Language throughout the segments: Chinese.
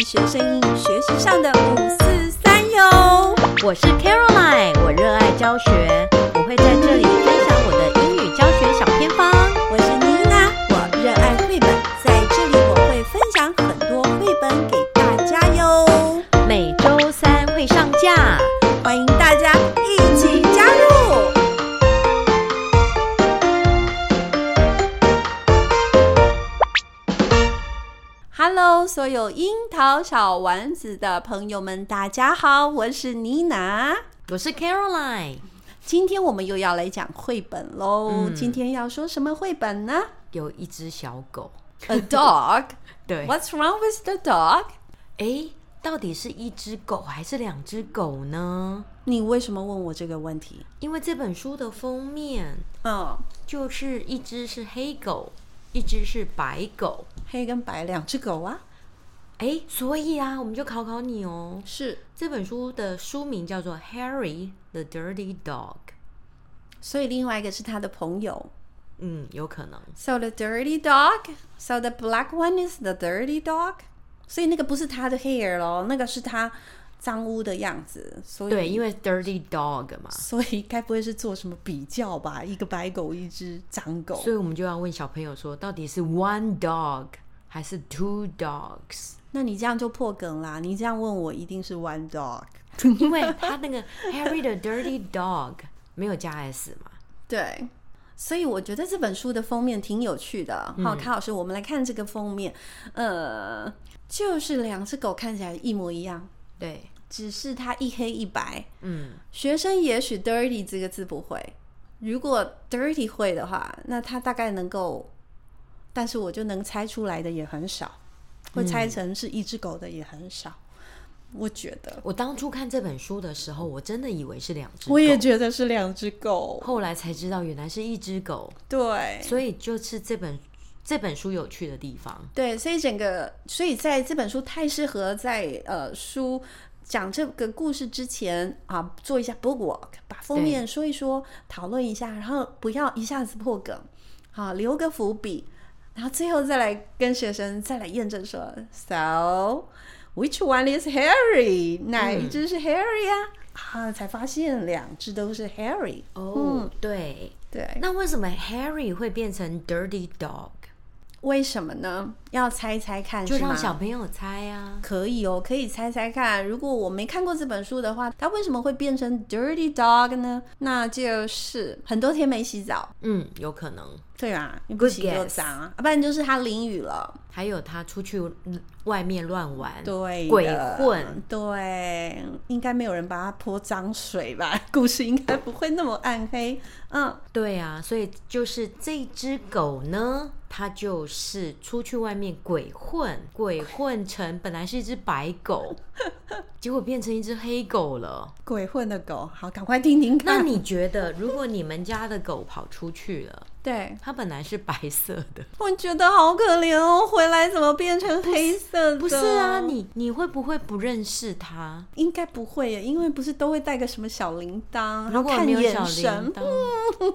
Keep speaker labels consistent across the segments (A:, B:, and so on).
A: 医学生英语学习上的五四三哟。
B: 我是 Caroline，我热爱教学，我会在这里分享我的英语教学小偏方。
A: 我是妮娜，我热爱绘本，在这里我会分享很多绘本给大家哟，
B: 每周三会上架。
A: 欢迎大家一起加入。Hello，所有樱桃小丸子的朋友们，大家好，我是妮娜。
B: 我是 Caroline，
A: 今天我们又要来讲绘本喽。
B: 嗯
A: 今天要说什么绘本呢
B: 有一只小狗。
A: ？A dog.
B: 对
A: What's wrong with the dog?
B: 诶，到底是一只狗还是两只狗呢？
A: 你为什么问我这个问题？
B: 因为这本书的封面
A: 嗯，
B: 就是一只是黑狗，一只是白狗。
A: 黑跟白两只狗啊，
B: 诶，所以啊，我们就考考你哦。
A: 是，
B: 这本书的书名叫做《Harry the Dirty Dog》。
A: 所以另外一个是他的朋友。
B: 嗯，有可能。
A: So the dirty dog. So the black one is the dirty dog. 所以那个不是他的 hair 咯，那个是他脏污的样子。所以
B: 对，因为 dirty dog 嘛，
A: 所以该不会是做什么比较吧？一个白狗，一只脏狗
B: 所。以我们就要问小朋友说，到底是 one dog 还是 two dogs？
A: 那你这样就破梗啦！你这样问我，一定是 one dog。
B: 因为他那个 Harry 的 dirty dog 没有加 s 嘛。
A: 对，所以我觉得这本书的封面挺有趣的。好，卡老师，我们来看这个封面，呃，就是两只狗看起来一模一样，
B: 对，
A: 只是它一黑一白。
B: 嗯，
A: 学生也许 dirty 这个字不会，如果 dirty 会的话，那他大概能够，但是我就能猜出来的也很少，会猜成是一只狗的也很少。我觉得，
B: 我当初看这本书的时候，我真的以为是两只
A: 我也
B: 狗，
A: 觉得是两只狗。
B: 后来才知道原来是一只狗，
A: 对，
B: 所以就是这本这本书有趣的地方。
A: 对，所以整个，所以在这本书太适合在呃书讲这个故事之前啊，做一下 book walk，把封面说一说，讨论一下，然后不要一下子破梗，好、留个伏笔，然后最后再来跟学生再来验证说，so which one is Harry？哪
B: 嗯
A: 一只是 Harry 啊？啊，才发现两只都是 Harry。
B: 哦，对，
A: 对，
B: 那为什么 Harry 会变成 dirty dog？
A: 为什么呢？要猜猜看
B: 就是
A: 吗？
B: 让小朋友猜啊。
A: 可以哦，可以猜猜看，如果我没看过这本书的话，它为什么会变成 dirty dog 呢？那就是很多天没洗澡，
B: 嗯，有可能。
A: 对啊，你不洗
B: guess
A: 就脏啊，不然就是它淋雨了，
B: 还有他出去嗯外面乱玩，
A: 对的，
B: 鬼混，
A: 对，应该没有人把它泼脏水吧？ 故事应该不会那么暗黑，嗯，
B: 对啊，所以就是这只狗呢，它就是出去外面鬼混，鬼混成本来是一只白 狗，结果变成一只黑狗了。
A: 鬼混的狗，好，赶快听听
B: 那
A: 看，
B: 你觉得，如果你们家的狗跑出去了，
A: 对。
B: 它本来是白色 的，
A: 我觉得好可怜哦，回来怎么变成黑色的？
B: 不是啊？你你会不会不认识它？
A: 应该不会耶，因为不是都会带个什么小铃铛，然
B: 如
A: 后
B: 果
A: 看
B: 没有
A: 眼
B: 小铃
A: 神，
B: 铛，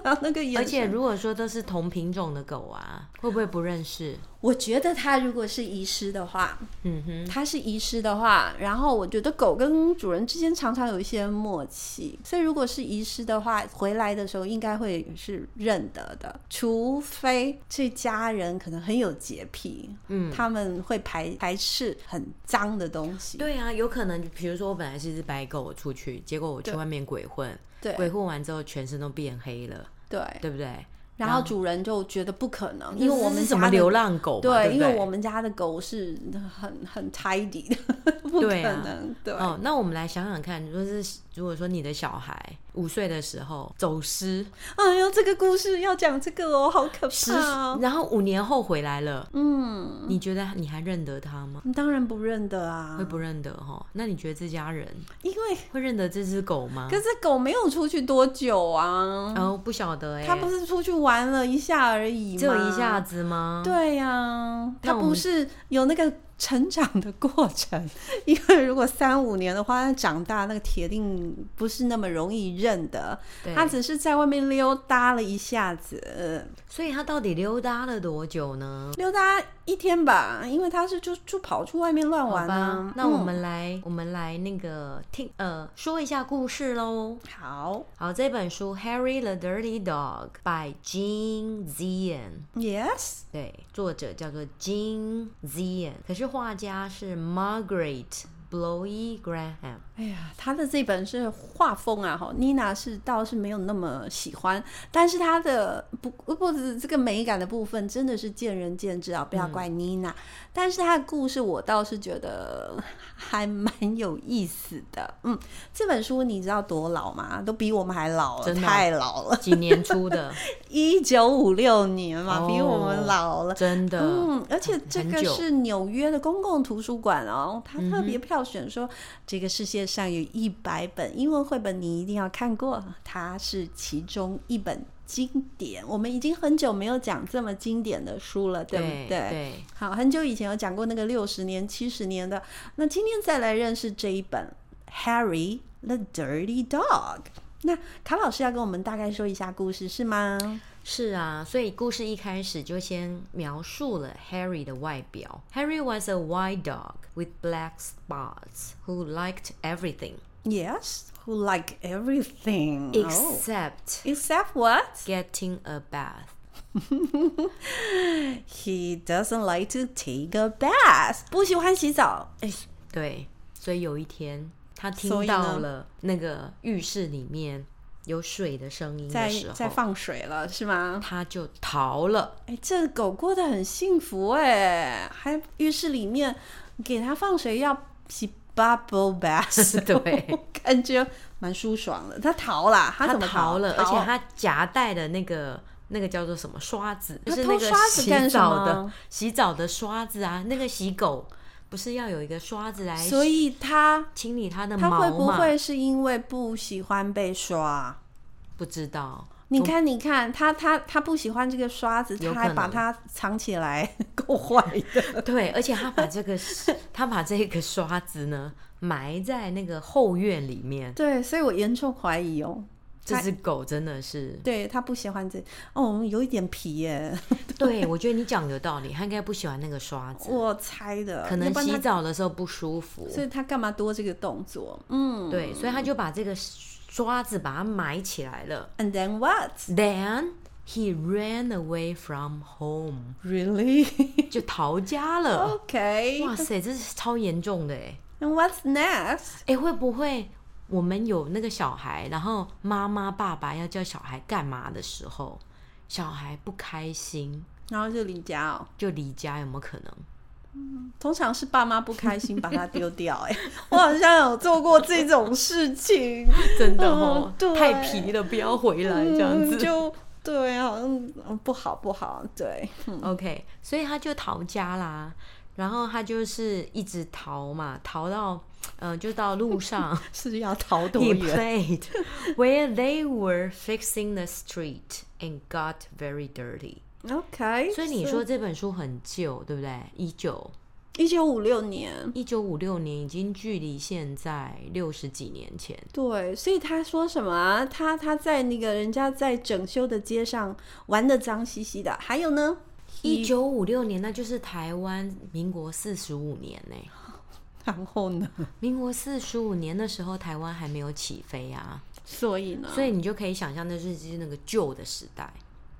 A: 然后那个眼神。
B: 而且如果说都是同品种的狗啊，会不会不认识？
A: 我觉得它如果是遗失的话，
B: 嗯哼，
A: 它是遗失的话，然后我觉得狗跟主人之间常常有一些默契，所以如果是遗失的话，回来的时候应该会是认得的，除非这家人可能很有洁癖，
B: 嗯，
A: 他们会排排斥很脏的东西。
B: 对啊，有可能，比如说我本来是一只白狗，我出去，结果我去外面鬼混，鬼
A: 对
B: 混完之后全身都变黑了，
A: 对，
B: 对不对？
A: 然后主人就觉得不可能，因为我
B: 这
A: 们
B: 是什
A: 家
B: 么
A: 的
B: 流浪狗嘛？对
A: 对，
B: 不对，
A: 因为我们家的狗是很很 tidy 的， 不可
B: 对啊
A: 能。对,、
B: 哦，那我们来想想看，就是如果说你的小孩五岁的时候走失，
A: 哎呦，这个故事要讲这个哦，好可
B: 失
A: 怕、哦。
B: 然后五年后回来了，
A: 嗯，
B: 你觉得你还认得他吗？
A: 当然不认得啊
B: 会，不认得哈？那你觉得这家人
A: 因为
B: 会认得这只狗吗
A: 可？是狗没有出去多久啊，
B: 哦，不晓得哎、
A: 它不是出去玩了一下而已吗？
B: 只有一下子吗？
A: 对呀、它
B: 嗯那我们
A: 不是有那个成长的过程， 因为如果三五年的话，它长大那个铁定不是那么容易认的。
B: 对
A: 它只是在外面溜达了一下子，
B: 所以他到底溜达了多久呢？
A: 溜达一天吧，因为它是就就跑出外面乱
B: 好
A: 玩
B: 吧
A: 啊。，
B: 那我
A: 嗯
B: 们来，我们来那个听呃说一下故事喽。
A: 嗯好
B: 好，这本书《Harry the Dirty Dog》by Jean Zian，
A: ，yes，
B: 对，作者叫做 Jean Zian，可是画家是 Margaret Blowy Graham。
A: 哎呀，他的这本是画风啊，哈，妮娜是倒是没有那么喜欢，但是他的不不不止这个美感的部分真的是见仁见智啊，不要
B: 嗯
A: 怪妮娜。但是他的故事我倒是觉得还蛮有意思的，嗯，这本书你知道多老吗？都比我们还老了，
B: 真的哦
A: 太老了，
B: 几年出的，
A: 一九五六年嘛，比我
B: 哦
A: 们老了。
B: 真的，
A: 嗯，而且这
B: 很
A: 个
B: 久嗯
A: 是纽约的公共图书馆哦，它特别票选说，这个世界上有一百本英文绘本，你一定要看过，它是其中一本经典。我们已经很久没有讲这么经典的书了，对不
B: 对对
A: 好，很久以前有讲过那个六十年、七十年的，那今天再来认识这一本《Harry the Dirty Dog》。那卡老师要跟我们大概说一下故事是吗？
B: 是啊，所以故事一开始就先描述了 Harry 的外表。Harry was a white dog with black spots who liked everything
A: Yes, who like everything Oh.
B: except
A: Except what?
B: getting a bath。
A: He doesn't like to take a bath. 不喜欢洗澡。哎、
B: 对，所以有一天他
A: 所
B: 听
A: 以呢
B: 到了那个浴室里面有水的声音
A: 在
B: 的时
A: 在
B: 候，
A: 放水了是吗？
B: 他就逃了。
A: 哎、这狗过得很幸福哎、还浴室里面给它放水要洗 bubble bath，
B: 对，
A: 感觉蛮舒爽的。它逃啦，它
B: 他
A: 怎么
B: 逃了，而
A: 逃
B: 且他夹带的那个那个叫做什么刷子，就
A: 他
B: 是
A: 偷
B: 那个
A: 刷子
B: 洗
A: 干什
B: 澡的
A: 么
B: 洗澡的刷子啊，那个洗狗不是要有一个刷子来
A: 所以它
B: 清理它的
A: 它
B: 毛吗？
A: 会不会是因为不喜欢被刷？
B: 不知道？
A: 你看，你看，他他他不喜欢这个刷子，
B: 有
A: 他还
B: 可
A: 把
B: 能
A: 它藏起来， 够坏的。
B: 对，而且他把这个他把这个刷子呢埋在那个后院里面，
A: 对，所以我严重怀疑哦，
B: 这只狗真的是，
A: 对他不喜欢这哦，有一点皮耶，
B: 对我觉得你讲有道理，他应该不喜欢那个刷子，
A: 我猜的，
B: 可
A: 要
B: 能
A: 不然
B: 洗
A: 他，
B: 澡的时候不舒服，
A: 所以他干嘛多这个动作？嗯
B: 对，所以他就把这个刷子把它埋起来了。
A: ，And then what?
B: Then he ran away from home，
A: Really?
B: 就逃 家
A: 哦
B: 了。
A: OK.
B: 哇塞，这是超严重的哎！
A: And what's next?
B: 哎，会不会我们有那个小孩，然后妈妈爸爸要叫小孩干嘛的时候，小孩不开心
A: 然后就离家哦，
B: 就离家，有没有可能？
A: 通常是爸妈不开心把他丢掉。哎， 我好像有做过这种事情。
B: 真的哦
A: 嗯，对
B: 太皮了，不要回来这样子。
A: 嗯、就对，好像嗯不好不好，对，
B: 嗯 OK，所以他就逃家啦，然后他就是一直逃嘛，逃到嗯、呃就到路 上
A: 是要逃多
B: ，He
A: 远？
B: played where they were fixing the street and got very dirty。
A: OK，
B: 所以你说这本书很旧，对不对？一九
A: 一九五六年，
B: 一九五六年，已经距离现在六十几年前。
A: 对，所以他说什么啊、他他在那个人家在整修的街上玩的脏兮兮的，还有呢，
B: 一九五六年，那就是台湾民国四十五年呢、
A: 然后呢，
B: 民国四十五年的时候，台湾还没有起飞啊。
A: 所以呢，
B: 所以你就可以想象，那是就是那个旧的时代，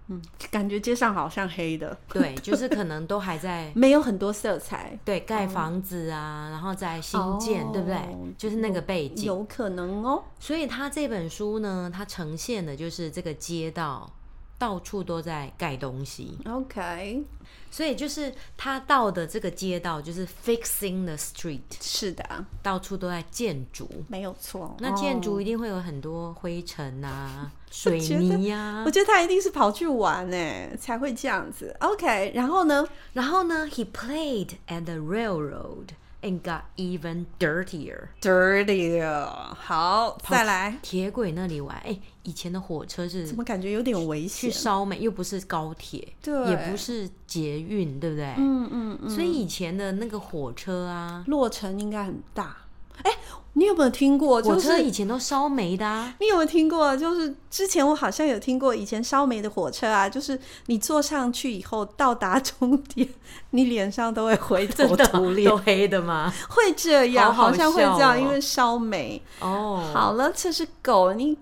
A: 嗯，感觉街上好像黑的，
B: 对，就是可能都还在
A: 没有很多色彩，
B: 对盖房子啊，然后在新建，对不
A: 哦
B: 对？就是那个背景。
A: 有可能哦，
B: 所以他这本书呢，它呈现的就是这个街道到处都在盖东西，
A: OK，
B: 所以就是他到的这个街道就是 fixing the street，
A: 是的，
B: 到处都在建筑。
A: 没有错。
B: 那建筑
A: 哦
B: 一定会有很多灰尘啊、水泥呀、
A: 我觉得他一定是跑去玩哎、才会这样子。OK，然后呢？
B: 然后呢，he played at the railroad and got even dirtier。
A: dirty 了。好，再来，
B: 铁轨那里玩，哎、以前的火车是
A: 怎么感觉有点危
B: 去
A: 险？
B: 烧煤，又不是高铁，
A: 对
B: 也不是捷运，对不对？
A: 嗯嗯嗯，
B: 所以以前的那个火车啊，
A: 落成应该很大。哎，你有没有听过？就
B: 火车
A: 是
B: 以前都烧煤的 啊。
A: 你有没有听过？就是之前我好像有听过，以前烧煤的火车啊，就是你坐上去以后到达终点，你脸上都会灰头土脸，
B: 都黑的吗？
A: 会这样，
B: 好好
A: 像会这样，
B: 笑哦
A: 因为烧煤。
B: 哦、
A: 好了，这是狗，你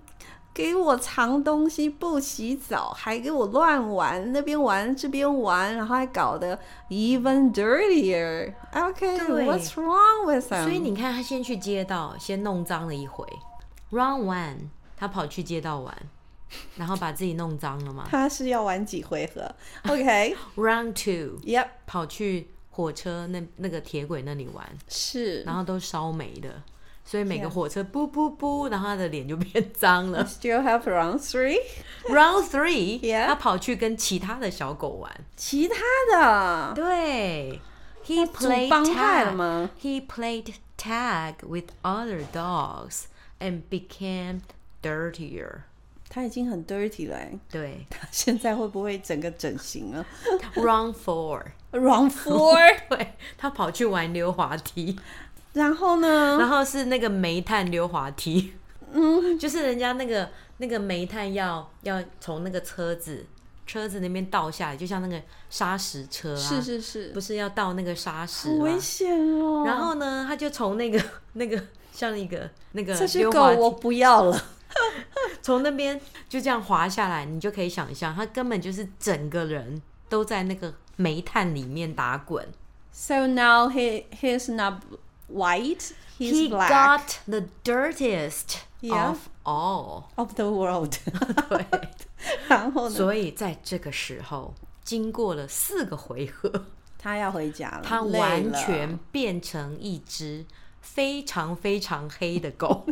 A: 给我藏东西，不洗澡，还给我乱玩，那边玩这边玩，然后还搞得 even dirtier。
B: 对
A: OK，what's、wrong with them？
B: 所以你看，他先去街道，先弄脏了一回。Round one，他跑去街道玩，然后把自己弄脏了嘛。
A: 他是要玩几回 合？OK，Yep，、
B: Round two，跑去火车那那个铁轨那里玩，
A: 是。
B: 然后都烧煤的，所以每个
A: Yeah
B: 火车噗噗噗，然后他的脸就变 脏了。
A: Still have round three，
B: Round three，、
A: Yeah
B: 他跑去跟其他的小狗玩。
A: 其他的
B: 对，He
A: 组
B: played
A: 帮派了
B: tag
A: 吗
B: He played tag with other dogs and became dirtier.
A: 他已经很 dirty 了欸、
B: 对
A: 他现在会不会整个整形了
B: ，Round four，
A: ？Round four，
B: 对他跑去玩溜滑梯，
A: 然后呢？
B: 然后是那个煤炭溜滑梯，嗯，就是人家那个那个煤炭要要从那个车子车子那边倒下来，就像那个砂石车啊，
A: 是是是
B: 不，是要倒那个砂石
A: 好
B: 吗？
A: 危险哦。
B: 然后呢，他就从那个那个像一个那个
A: 这只
B: 溜
A: 狗
B: 滑
A: 我
B: 梯，
A: 不要了。
B: 从那边就这样滑下来，你就可以想象，他根本就是整个人都在那个煤炭里面打滚。
A: So now he he's not white, he's
B: He
A: black
B: got the dirtiest
A: Yeah.
B: of all。
A: of the world 。
B: 对，
A: 然后呢？
B: 所以在这个时候，经过了四个回 合，
A: 他要回家了，
B: 他
A: 累
B: 完
A: 了
B: 全变成一只非常非常黑的 狗，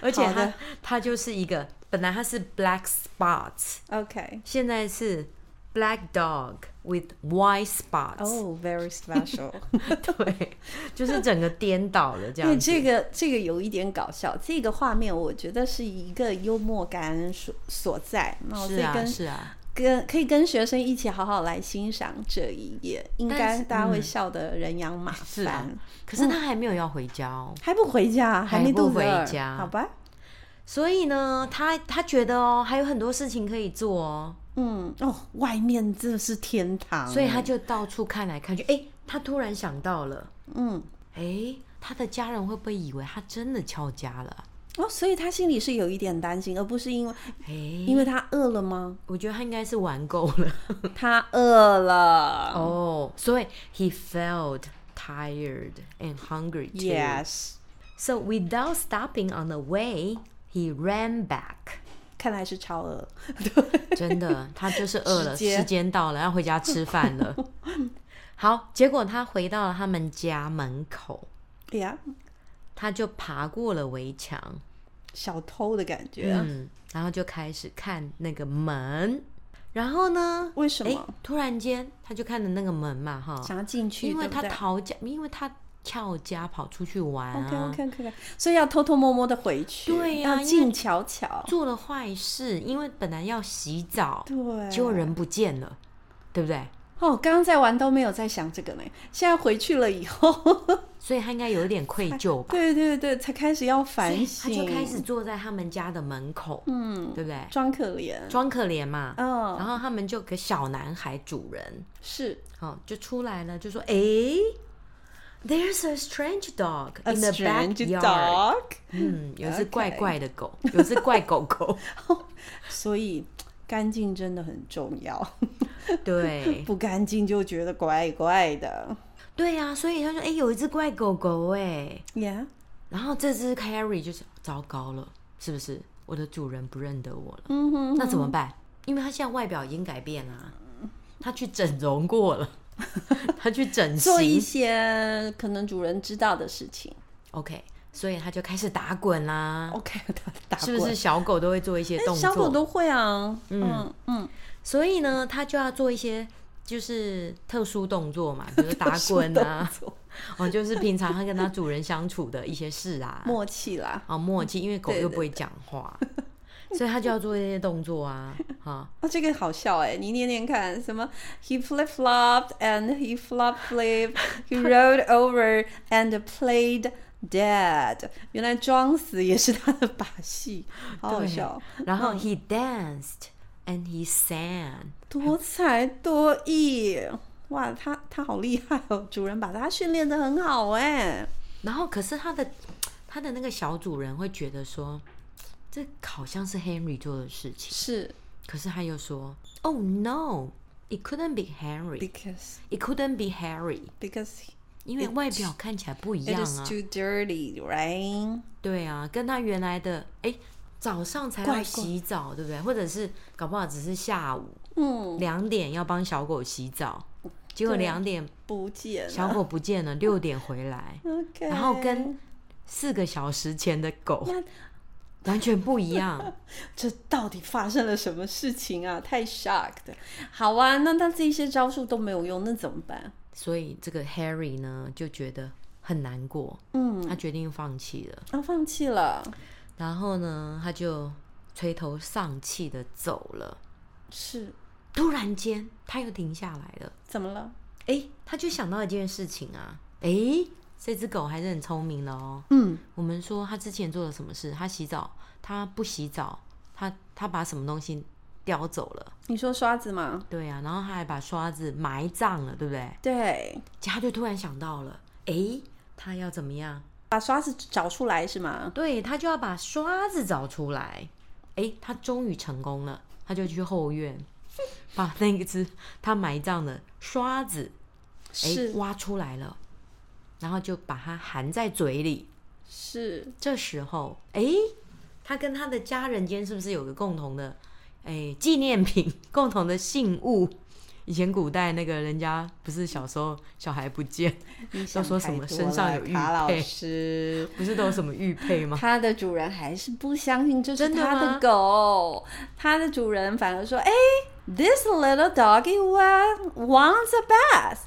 B: 而且
A: 好的
B: 它它就是一个本来它是 black spots，
A: OK。
B: 现在是 black dog with white spots，、
A: Oh, very special.
B: 对，就是整个颠倒了这
A: 因为
B: 样子。
A: 这个这个有一点搞笑，这个画面我觉得是一个幽默感所所在，那我所
B: 是
A: 以
B: 啊，
A: 跟、
B: 是啊，
A: 跟可以跟学生一起好好来欣赏这一页，应
B: 但
A: 该
B: 是嗯
A: 大家会笑得人仰马
B: 是啊
A: 翻。。
B: 可是他还没有要回家哦，
A: 还不回家，
B: 还
A: 没
B: 不
A: 肚子
B: 回
A: 饿
B: 家
A: 好吧？
B: 所以呢，他他觉得哦，还有很多事情可以做哦。
A: 嗯，哦，外面真的是天堂，
B: 所以他就到处看来看去，哎、他突然想到了，
A: 嗯，
B: 哎、他的家人会不会以为他真的翘家了啊？
A: 哦，所以他心里是有一点担心，而不是因为
B: 哎、
A: 因为他饿了吗？
B: 我觉得他应该是玩够了
A: 他饿了、
B: 哦， 所以 he felt tired and hungry too.
A: y e s
B: So without stopping on the way, he ran back.
A: 看来是超饿， 对。
B: 真的，他就是饿了，
A: 直接
B: 时间到了，要回家吃饭 了。好，结果他回到了他们家门口，
A: 呀，
B: 他就爬过了围墙，
A: 小偷的感觉。
B: 嗯，然后就开始看那个门，然后呢，
A: 为什
B: 诶
A: 么
B: 突然间他就看着那个门嘛，哈，
A: 想要进去？
B: 因为
A: 对不
B: 他
A: 对
B: 逃家，因为他跳家跑出去玩啊
A: OK OK OK，, o k 所以要偷偷摸摸的回去，
B: 对呀
A: 要静悄悄，
B: 做了坏事，因为本来要洗澡，
A: 对，
B: 结果人不见了，对不对？
A: 哦，刚刚在玩都没有在想这个呢，现在回去了以后，
B: 所以他应该有一点愧疚吧，
A: 对对对，才开始要
B: 所
A: 反
B: 以他
A: 省，
B: 就开始坐在他们家的门口，
A: 哎嗯
B: 对不对？
A: 装可怜，
B: 装可怜嘛，然
A: 嗯，
B: 后他们就给小男孩主人
A: 是
B: 哦，就出来了，就说：“诶 t h e r e s a strange dog
A: a
B: in the
A: strange
B: backyard。”
A: dog，
B: 嗯，有一只
A: OK
B: 怪怪的狗，有一只怪狗狗。
A: 所以干净真的很重要，
B: 对，
A: 不干净就觉得怪怪的
B: 对呀、所以他说：“诶，哎有一只怪狗狗哎诶。
A: ，Yeah，
B: 然后这只 Carrie 就是糟糕了，是不是？我的主人不认得我了，
A: 嗯哼，
B: 那怎么办？因为他现在外表已经改变了啊，他去整容 过了，他去整
A: 做一
B: 形。
A: 些可能主人知道的事情
B: OK，所以他就开始打滚啦。
A: ，OK，打哦 打
B: 是不
A: 滚
B: 是小狗都会做一些
A: 哎
B: 动作？
A: 小狗都会啊，嗯嗯，
B: 所以呢，他就要做一些就是特殊动作嘛， 比如打滚啊，
A: 特殊动作
B: 哦，就是平常它跟它主人相处的一些事啊，
A: 默契啦。
B: 啊默契，因为狗
A: 嗯对
B: 又
A: 对
B: 不会讲 话，所以它就要做这些动作啊，哈，
A: 哦，这个好笑哎，你念念看，什么 he flip flopped and he flop flip, he rolled over and played dead。原来装死也是他的把 戏，好好
B: 对
A: 笑，
B: 然
A: 嗯
B: 后 he danced and he sang，
A: 多才多艺。哇，他他好厉害哦！主人把他训练的很好哎，
B: 然后可是它的它的那个小主人会觉得说，这好像是 Henry 做的事情，
A: 是
B: 可是他又说，Oh no，it couldn't be Henry，it
A: because
B: couldn't be Harry。
A: because
B: 因为外表看起来不一
A: it
B: 样
A: is
B: 啊，
A: too dirty, right？
B: 对啊，跟他原来的哎、早上才
A: 怪
B: 要
A: 怪
B: 洗澡，对不对？或者是搞不好只是下午
A: 嗯，
B: 两点要帮小狗洗澡，结果
A: 对
B: 两点
A: 不见了。
B: 小狗不见了，六点回来，
A: OK，
B: 然后跟四个小时前的狗 完全不一样。
A: 这到底发生了什么事情啊？太 shocked！好啊，那他这些招数都没有用，那怎么办？
B: 所以这个 Harry 呢就觉得很难过，
A: 嗯，
B: 他决定啊放弃了。
A: 他、放弃了，
B: 然后呢，他就垂头丧气的走了。
A: 是
B: 突然间，他又停下来了。
A: 怎么了？
B: 哎，他就想到一件事情啊，哎，这只狗还是很聪明的哦。
A: 嗯，
B: 我们说它之前做了什么事？它洗澡，它不洗澡，它它把什么东西叼走了？
A: 你说刷子吗？
B: 对啊，然后它还把刷子埋葬了，对不对？
A: 对，
B: 他就突然想到了，哎，他要怎么样？
A: 把刷子找出来是吗？
B: 对他就要把刷子找出来。哎，他终于成功了，他就去后院把那一只他埋葬的刷子哎
A: 是、
B: 挖出来了，然后就把它含在嘴里。
A: 是，
B: 这时候，哎，他跟他的家人间是不是有个共同的哎纪念品、 共同的信物？以前古代那个人家不是小时候小孩不见，
A: 你
B: 想说什么太多身上了有玉
A: 卡老
B: 佩
A: 师？
B: 不是都有什么玉佩吗？
A: 它的主人还是不相信这是
B: 真的
A: 它
B: 吗
A: 的狗，它的主人反而说：“哎、t h i s little doggy wa- wants a bath。”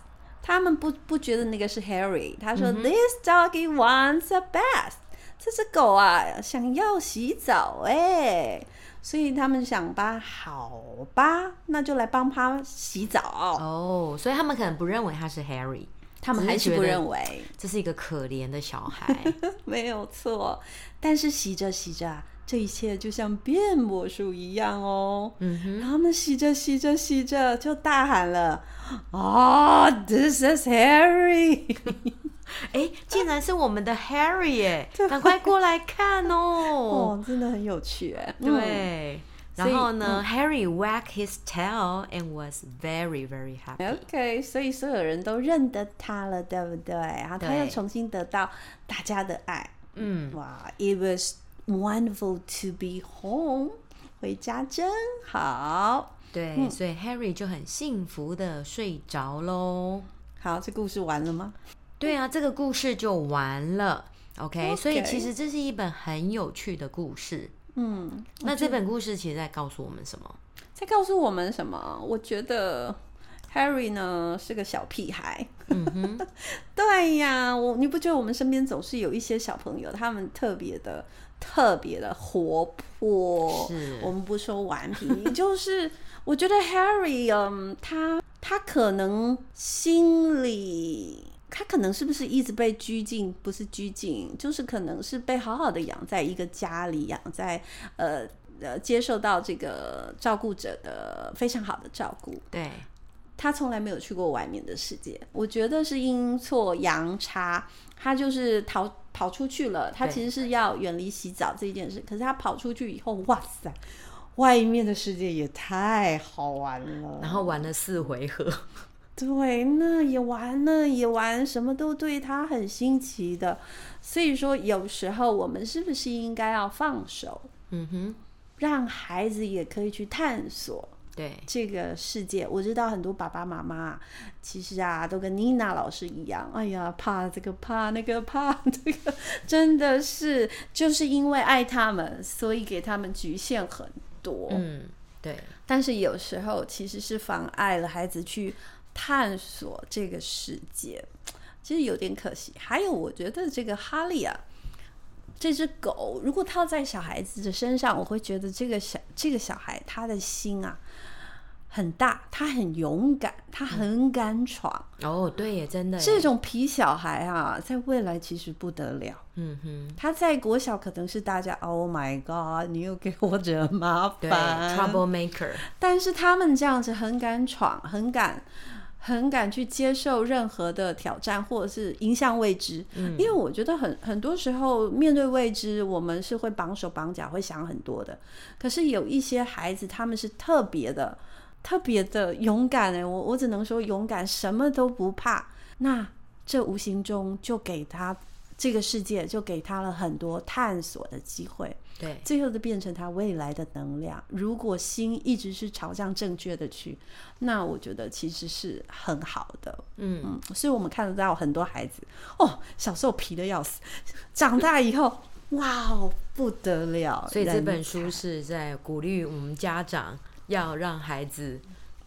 A: 他们不不觉得那个是 Harry，他
B: 嗯
A: 说、：“This doggy wants a bath。”这只狗啊，想要洗澡哎、所以他们想吧，好吧，那就来帮它洗澡。
B: 哦，所以他们可能不认为他是 Harry，
A: 他们
B: 只
A: 还
B: 是
A: 是
B: 哦觉
A: 不
B: 得
A: 认为，
B: 这是一个可怜的小孩。
A: 没有错。但是洗着洗着啊，这一切就像变魔术一样哦。
B: 嗯哼，
A: 然后呢，洗着洗着洗着，就大喊了：“啊、t h i s is Harry！”
B: 哎，竟然是我们的 Harry 哎，赶快过来看 哦。
A: 哦，真的很有趣哎。嗯
B: 对，
A: 所以
B: 然后呢、h a r r y wagged his tail and was very very happy。
A: OK，所以所有人都认得他了，对不对？然后他
B: 对
A: 又重新得到大家的爱。
B: 嗯，
A: 哇，It was wonderful to be home，回家真好。
B: 对，所以 Harry 就很幸福的睡着
A: 嗯
B: 喽。
A: 好，这故事完了吗？
B: 对啊，这个故事就完了。OK，,
A: OK
B: 所以其实这是一本很有趣的故事。
A: 嗯，
B: 那这本故事其实在告诉我们什么？
A: 在告诉我们什么？我觉得 Harry 呢是个小屁孩。 对呀，我你不觉得我们身边总是有一些小朋友，他们特别的、特别的活泼？
B: 是
A: 我们不说顽皮，就是我觉得 Harry，嗯，他他可能心里。他可能是不是一直被拘禁？不是拘禁，就是可能是被好好的养在一个家里，养在呃呃接受到这个照顾者的非常好的照顾。
B: 对，
A: 他从来没有去过外面的世界。我觉得是阴错阳差，他就是逃跑出去了。他
B: 对
A: 其实是要远离洗澡这一件事，可是他跑出去以后，哇塞，外面的世界也太好玩了。
B: 然后玩了四回合。
A: 对，那也玩，那也玩，什么都对他很新奇的。所以说，有时候我们是不是应该要放手，
B: 嗯哼，
A: 让孩子也可以去探索？
B: 对，
A: 这个世界，我知道很多爸爸妈妈其实啊，都跟妮娜老师一样，哎呀，怕这个怕那个怕这个，真的是就是因为爱他们，所以给他们局限很多。
B: 嗯，对，
A: 但是有时候其实是妨碍了孩子去探索这个世界，其实有点可惜。还有，我觉得这个哈利啊，这只狗如果套在小孩子的身上，我会觉得这个小这个小孩他的心啊很大，他很勇敢，他很敢闯。
B: 哦，嗯对耶，真的耶，
A: 这种皮小孩啊，在未来其实不得了。
B: 嗯哼，
A: 他在国小可能是大家 “Oh my God”，你又给我惹麻
B: 对
A: 烦。
B: ，trouble maker，
A: 但是他们这样子很敢闯，很敢，很敢去接受任何的挑战，或者是迎向未知。
B: 嗯
A: 因为我觉得很很多时候面对未知，我们是会绑手绑脚，会想很多的。可是有一些孩子，他们是特别的、特别的勇敢哎、我我只能说勇敢，什么都不怕。那这无形中就给他这个世界，就给他了很多探索的机会。
B: 对，
A: 最后就变成他未来的能量。如果心一直是朝向正确的去，那我觉得其实是很好的。
B: 嗯，
A: 嗯，所以我们看得到很多孩子哦，小时候皮的要死，长大以后，哇哦，不得了！
B: 所以这
A: 人
B: 本书是在鼓励我们家长要让孩子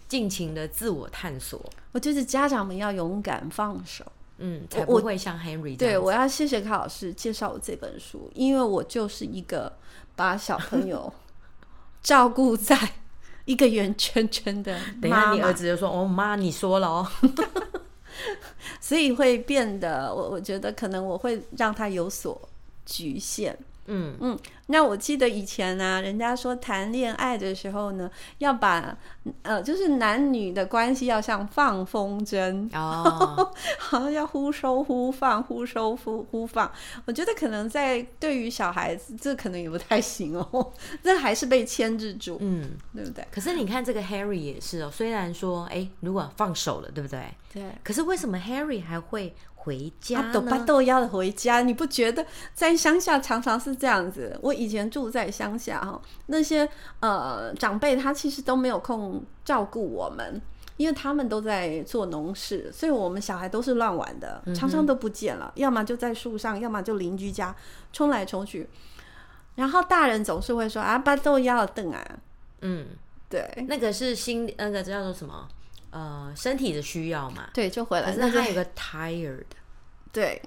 B: 尽情的自我探索，
A: 我就是家长们要勇敢放手。
B: 嗯，才
A: 我
B: 不会像 Henry 这
A: 对，
B: 样子。
A: 我要谢谢卡老师介绍我这本书，因为我就是一个把小朋友照顾在一个圆圈圈的
B: 等一
A: 妈
B: 下，
A: 妈。
B: 你儿子就说：“哦，妈，你说了哦。
A: 所以会变得，我我觉得可能我会让他有所局限。”
B: 嗯，
A: 嗯，那我记得以前呢、人家说谈恋爱的时候呢，要把呃，就是男女的关系要像放风筝，
B: 哦，
A: 好像要忽收忽放，忽收忽忽放。我觉得可能在对于小孩子，这可能也不太行哦，这还是被牵制住，
B: 嗯。
A: 对不对？
B: 可是你看这个 Harry 也是哦，虽然说，哎，如果放手了，对不对？
A: 对。
B: 可是为什么 Harry 还会回家
A: 啊，抖吧
B: 呢？
A: 抖腰的回家，你不觉得在乡下常常是这样子？我以前住在乡下哈，那些呃长辈他其实都没有空照顾我们，因为他们都在做农事，所以我们小孩都是乱玩的，常常都不见了，要么就在树上，要么就邻居家冲来冲去。然后大人总是会说啊，把豆腰凳啊，
B: 嗯，
A: 对
B: 那个是心，那个叫做什么？呃，身体的需要嘛。
A: 对，就回
B: 可
A: 来。
B: 是
A: 呃那就
B: 他有个 tired，
A: 对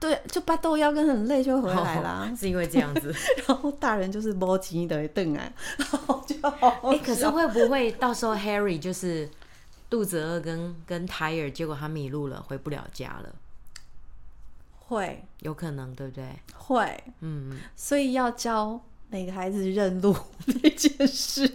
A: 对，就把豆腰跟很累就回来啦。
B: 哦 是因为这样 子。
A: 然后大人就是摸急的瞪啊，然后就好
B: 哎，可是会不会到时候 Harry 就是肚子饿跟跟 tired，结果他迷路了，回不了家了？
A: 会
B: 有可能，对不对？
A: 会，
B: 嗯，
A: 所以要教每个孩子认路这件事，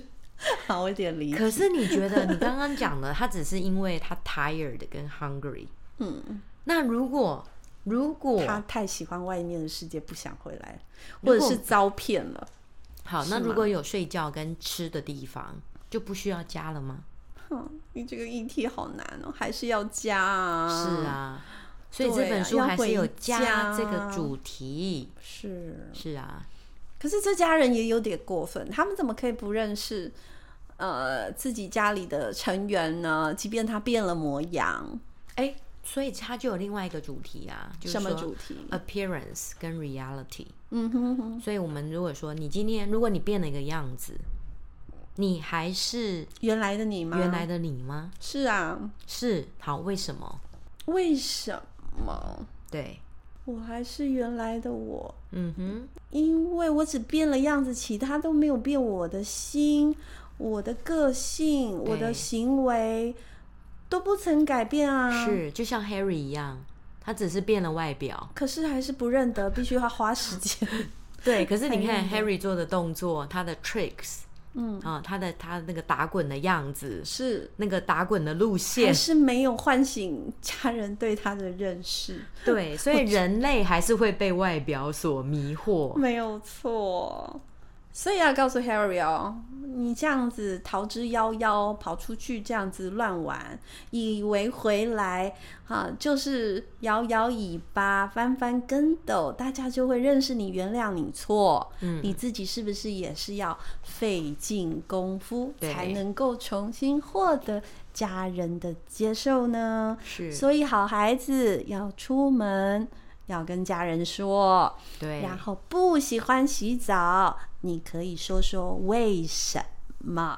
A: 好一点理解。
B: 可是你觉得你刚刚讲了，他只是因为他 tired 跟 hungry。
A: 嗯，
B: 那如果如果
A: 他太喜欢外面的世界，不想回来，
B: 如
A: 或
B: 果
A: 者是遭骗了。
B: 好，
A: 是
B: 那如
A: 吗
B: 果有睡觉跟吃的地方，就不需要家了吗？
A: 哼，你这个议题好难哦，还是要加啊。
B: 是，啊，所以这
A: 对
B: 本
A: 啊
B: 书
A: 要
B: 还是
A: 回
B: 有
A: 家
B: 这个主题。
A: 是。
B: 是啊，
A: 可是这家人也有点过分，他们怎么可以不认识呃自己家里的成员呢？即便他变了模样，
B: 哎，所以它就有另外一个主题啊，就是
A: 什么
B: 说
A: 主题？
B: appearance 跟 reality。
A: 嗯哼哼，
B: 所以我们如果说你今天，如果你变了一个样子，你还是
A: 原来的你吗？
B: 原来的你吗？
A: 是啊，
B: 是，好，为什么？
A: 为什么
B: 对，
A: 我还是原来的我？
B: 嗯哼，
A: 因为我只变了样子，其他都没有变。我的心、我的个性、我的行为都不曾改变啊。，
B: 是，就像 Harry 一样，他只是变了外表。
A: 可是还是不认得，必须要花时间。
B: 对，可是你看
A: 还
B: Harry 做的动作，他的 tricks，
A: 嗯，
B: 啊、他的他那个打滚的样子，
A: 是。
B: 那个打滚的路
A: 还
B: 线，
A: 是没有唤醒家人对他的认识，
B: 对， 所以人类还是会被外表所迷惑。
A: 没有错。所以要告诉 Harry 哦，你这样子逃之夭夭跑出去这样子乱玩，以为回来啊就是摇摇尾巴、翻翻跟斗，大家就会认识你、原谅你错。
B: 嗯
A: 你自己是不是也是要费尽功夫，
B: 对
A: 才能够重新获得家人的接受呢？
B: 是，
A: 所以好孩子要出门，要跟家人说。
B: 对，
A: 然后不喜欢洗澡，你可以说说为什么，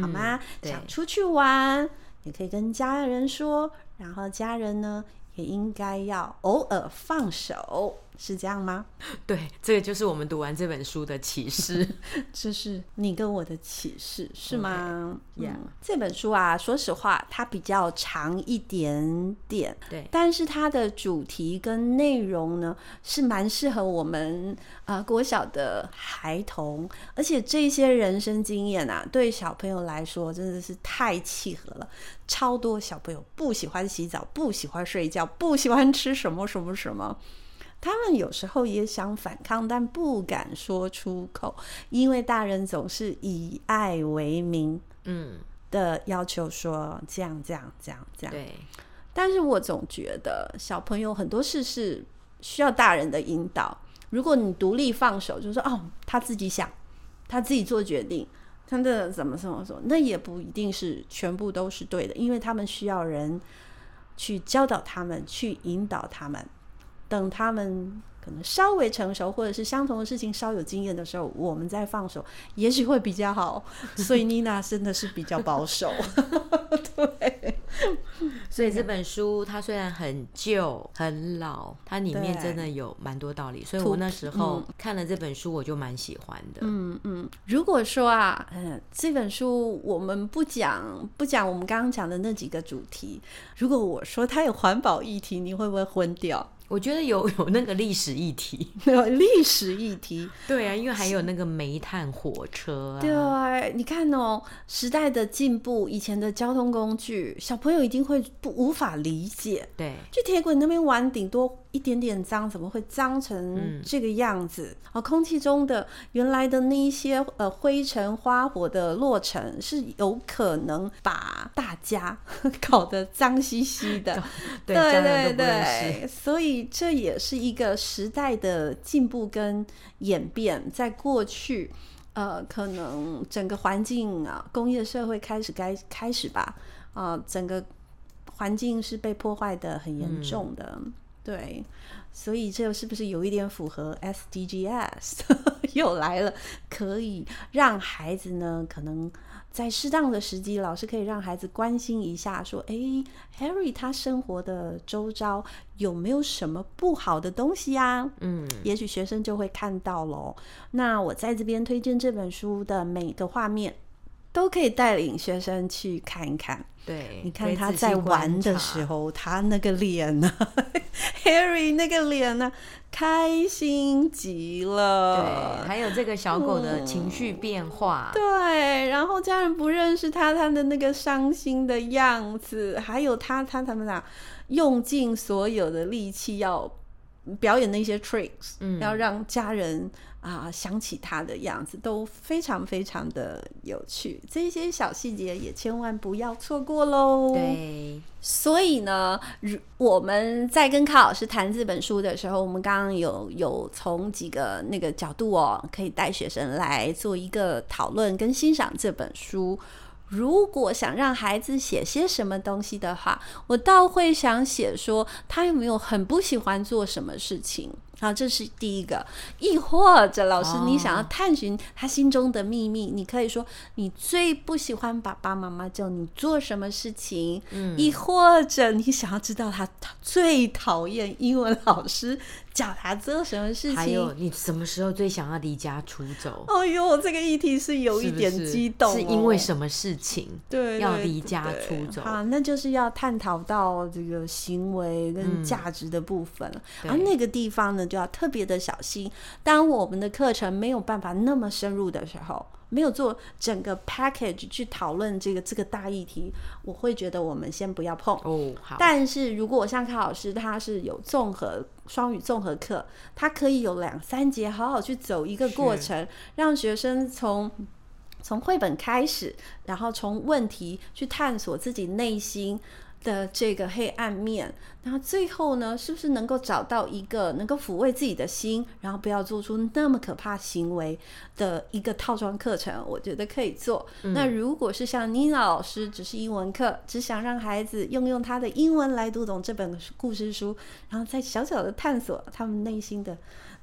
A: 好吗？
B: 对
A: 想出去玩，也可以跟家人说，然后家人呢也应该要偶尔放手，是这样吗？
B: 对，这个就是我们读完这本书的启示。
A: 这是你跟我的启示是吗
B: Okay. Yeah.
A: 嗯这本书啊，说实话，它比较长一点点，
B: 对，
A: 但是它的主题跟内容呢，是蛮适合我们啊、呃国小的孩童，而且这些人生经验啊，对小朋友来说真的是太契合了。超多小朋友不喜欢洗澡，不喜欢睡觉，不喜欢吃什么什么什么。他们有时候也想反抗，但不敢说出口，因为大人总是以爱为名
B: 嗯，
A: 的要求说这样这样这样这样。
B: 对，
A: 但是我总觉得小朋友很多事是需要大人的引导。如果你独立放手，就说哦，他自己想，他自己做决定，真的怎么怎么说，那也不一定是全部都是对的，因为他们需要人去教导他们，去引导他们。等他们可能稍微成熟，或者是相同的事情稍有经验的时候，我们再放手，也许会比较好。所以妮娜真的是比较保守。
B: 所以这本书它虽然很旧、很老，它里面
A: 对
B: 真的有蛮多道理。所以
A: 图
B: 我那时候看了这本书，我就蛮喜欢的。嗯，
A: 如果说啊，嗯，这本书我们不讲不讲我们刚刚讲的那几个主题，如果我说它有环保议题，你会不会昏掉？
B: 我觉得有 有那个历史议题。
A: 有历史议题，
B: 对啊，因为还有那个煤炭火车啊。
A: 对，你看哦，时代的进步，以前的交通工具，小朋友一定会不无法理解。
B: 对
A: 去铁轨那边玩，顶多一点点脏，怎么会脏成这个样子？哦，空气中的原来的那一些呃灰尘、花火的落尘，是有可能把大家 搞得脏兮兮的。
B: 对，家人
A: 对对
B: 都不认识。
A: 对，所以这也是一个时代的进步跟演变，在过去。呃，可能整个环境啊，工业社会开始该开始吧，啊、整个环境是被破坏的很
B: 嗯
A: 严重的，对，所以这是不是有一点符合 SDGs？又 来了，可以让孩子呢，可能在适当的时机，老师可以让孩子关心一下，说，诶 h a r r y 他生活的周遭有没有什么不好的东西呀、
B: 嗯，
A: 也许学生就会看到喽。那我在这边推荐这本书的每个画面，都可以带领学生去看一看。
B: 对。
A: 你
B: 可
A: 看
B: 以
A: 他
B: 仔细
A: 在玩的
B: 观察
A: 时，候，他那个脸呢、h a r r y 那个脸呢、开心极了
B: 对，。还有这个小狗的情绪变化。
A: 对，然后家人不认识他，他的那个伤心的样子，还有他他他们俩用尽所有的力气要表演那些 tricks，、
B: 嗯
A: 要让家人啊、想起他的样子，都非常非常的有趣。这些小细节也千万不要错过喽。
B: 对，哦
A: 所以呢，如我们在跟卡老师谈这本书的时候，我们刚刚有有从几个那个角度哦，可以带学生来做一个讨论跟欣赏这本书。如果想让孩子写些什么东西的话，我倒会想写说他有没有很不喜欢做什么事情。好，这是第一个。亦或者老师
B: 哦，
A: 你想要探寻他心中的秘密，你可以说你最不喜欢爸爸妈妈叫你做什么事情，
B: 嗯
A: 亦或者你想要知道他他最讨厌英文老师叫他做什么事
B: 还有
A: 情。
B: 你什么时候最想要离家出走？
A: 哎呦，这个议题是有一
B: 是不
A: 点
B: 是
A: 激动、哦
B: 是因为什么事情？
A: 对，
B: 要
A: 对
B: 离家
A: 对
B: 出走
A: 好，那就是要探讨到这个行为跟价值的部分了。
B: 嗯对
A: 啊，那个地方呢，就要特别的小心。当我们的课程没有办法那么深入的时候，没有做整个 package 去讨论这个这个大议题，我会觉得我们先不要碰。
B: 哦，好，
A: 但是如果像卡老师，他是有综合双语综合课，他可以有两三节好好去走一个过
B: 是
A: 程，让学生从从绘本开始，然后从问题去探索自己内心。的这个黑暗面，然后最后呢，是不是能够找到一个能够抚慰自己的心，然后不要做出那么可怕行为的一个套装课程？我觉得可以做。那如果是像妮娜老师，只是英文课，只想让孩子用用他的英文来读懂这本故事书，然后再小小的探索他们内心的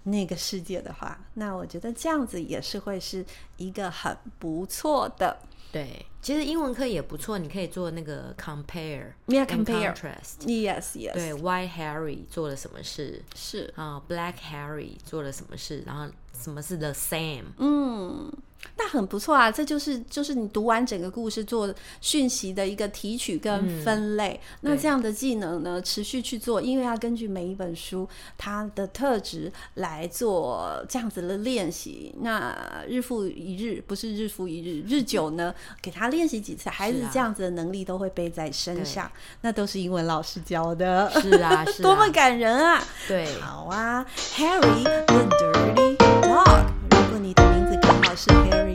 A: 那个世界的话，那我觉得这样子也是会是一个很不错的。
B: 对，其实英文课也不错，你可以做那个 compare
A: Yeah,
B: and
A: compare.
B: contrast。
A: Yes, yes，
B: 对，White Harry 做了什么事
A: 是，
B: 啊？Black Harry 做了什么事？然后什么是 the same？
A: 嗯，那很不错啊，这就是就是你读完整个故事做讯息的一个提取跟分类。那
B: 嗯对
A: 这样的技能呢，持续去做，因为要根据每一本书它的特质来做这样子的练习。那日复一日，不是日复一日，日久呢，给他练习几次，孩子
B: 是啊
A: 这样子的能力都会背在身
B: 对
A: 上。那都是英文老师教的，
B: 是啊，是啊，
A: 多么感人啊！
B: 对，
A: 好啊，Harry the Dirty Dog。如果你的名字刚好是 Harry